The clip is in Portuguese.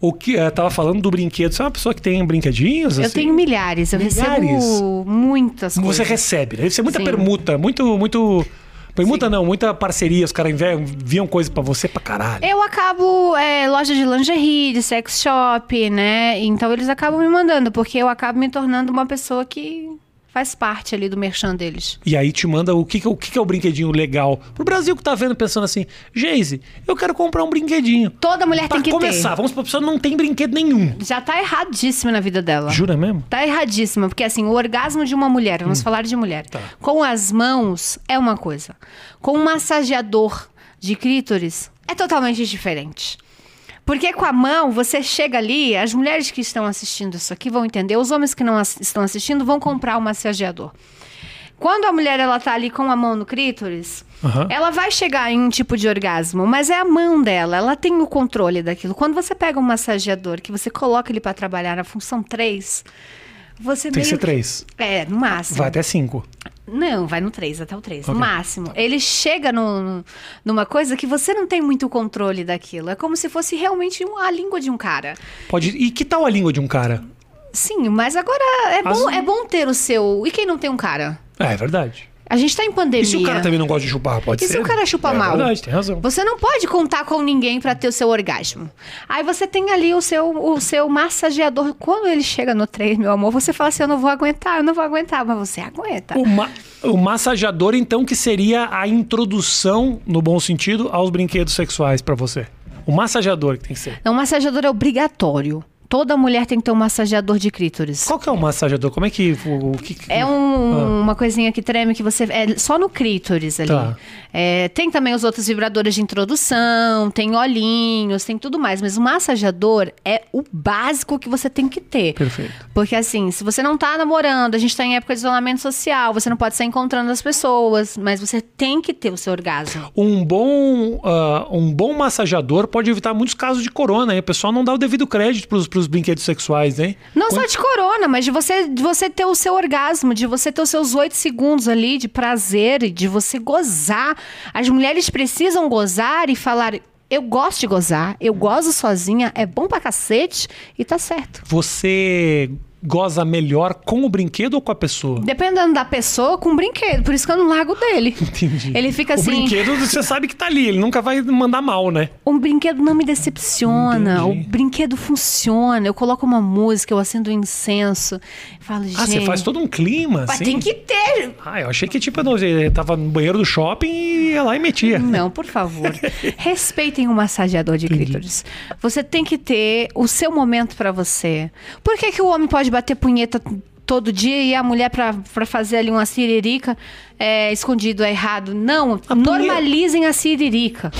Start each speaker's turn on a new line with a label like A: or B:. A: O que eu tava falando do brinquedo. Você é uma pessoa que tem brinquedinhos?
B: Eu
A: assim?
B: tenho milhares, eu
A: Milhares?
B: recebo muitas coisas.
A: Você recebe, né? Deve ser muita
B: Sim.
A: permuta, muito, muito. Permuta não, muita parceria. Os caras enviam, enviam coisa pra você pra caralho.
B: Eu acabo é, loja de lingerie, de sex shop, né? Então eles acabam me mandando, porque eu acabo me tornando uma pessoa que faz parte ali do merchan deles.
A: E aí te manda o que, que- o que, que é o brinquedinho legal. Pro Brasil que tá vendo, pensando assim, Geise, eu quero comprar um brinquedinho.
B: Toda mulher
A: pra
B: É, tem que
A: começar, vamos pra pessoa que não tem brinquedo nenhum.
B: ter. Já tá erradíssima na vida dela.
A: Jura mesmo?
B: Tá erradíssima, porque assim, o orgasmo de uma mulher, vamos falar de mulher, com as mãos é uma coisa. Com um massageador de clítoris é totalmente diferente. Porque com a mão, você chega ali, as mulheres que estão assistindo isso aqui vão entender, os homens que não ass- estão assistindo vão comprar o massageador. Quando a mulher ela tá ali com a mão no clítoris,
A: Aham.
B: ela vai chegar em um tipo de orgasmo, mas é a mão dela, ela tem o controle daquilo. Quando você pega um massageador que você coloca ele pra trabalhar na função 3, você
A: Tem que
B: meio
A: ser três.
B: É, no máximo.
A: Vai até cinco.
B: Não, vai no 3, até o 3.
A: Ok.
B: Máximo. Ele chega no- no- numa coisa que você não tem muito controle daquilo. É como se fosse realmente um- a língua de um cara.
A: Pode. E que tal a língua de um cara?
B: Sim, mas agora é
A: As-
B: bom, é bom ter o seu. E quem não tem um cara?
A: É, é verdade.
B: A gente tá em pandemia.
A: E se o cara também não gosta de chupar, pode
B: E
A: ser?
B: se o cara chupa
A: é
B: mal?
A: verdade, tem razão.
B: Você não pode contar com ninguém pra ter o seu orgasmo. Aí você tem ali o seu, o seu massageador. Quando ele chega no 3, meu amor, você fala assim: eu não vou aguentar, eu não vou aguentar. Mas você aguenta.
A: O, ma- o massageador, então, que seria a introdução, no bom sentido, aos brinquedos sexuais pra você. O massageador que tem que ser.
B: Não, o massageador é obrigatório. Toda mulher tem que ter um massageador de clítoris.
A: Qual que é o massageador? Como é que. O, o que que-
B: É um- uma coisinha que treme que você. É só no clítoris ali.
A: Tá.
B: É, tem também os outros vibradores de introdução, tem olhinhos, tem tudo mais. Mas o massageador é o básico que você tem que ter.
A: Perfeito.
B: Porque assim, se você não tá namorando, a gente tá em época de isolamento social, você não pode sair encontrando as pessoas, mas você tem que ter o seu orgasmo.
A: Um bom, ah, um bom massageador pode evitar muitos casos de corona, hein? O pessoal não dá o devido crédito pros, pros brinquedos sexuais, hein?
B: Não
A: Quando-
B: só de corona, mas de você, de você ter o seu orgasmo, de você ter os seus oito segundos ali de prazer, e de você gozar. As mulheres precisam gozar e falar: eu gosto de gozar, eu gozo sozinha, é bom pra cacete e tá certo.
A: Você goza melhor com o brinquedo ou com a pessoa?
B: Dependendo da pessoa, com um brinquedo, por isso que eu não largo dele.
A: Entendi.
B: Ele fica assim.
A: O brinquedo você sabe que tá ali, ele nunca vai mandar mal, né?
B: O "Um brinquedo não me decepciona.
A: Entendi.
B: O brinquedo funciona. Eu coloco uma música, eu acendo um incenso. Falo, gente.
A: Ah, você faz todo um clima,
B: Mas
A: assim?
B: tem que ter.
A: Ah, eu achei que tipo, não, ele tava no banheiro do shopping e ia lá e metia.
B: Não, por favor. Respeitem o massageador de clítoris. Você tem que ter o seu momento pra você. Por que, que o homem pode bater punheta t- todo dia e a mulher pra pra fazer ali uma siririca é, escondido é errado? Não,
A: A punhe-
B: normalizem a siririca.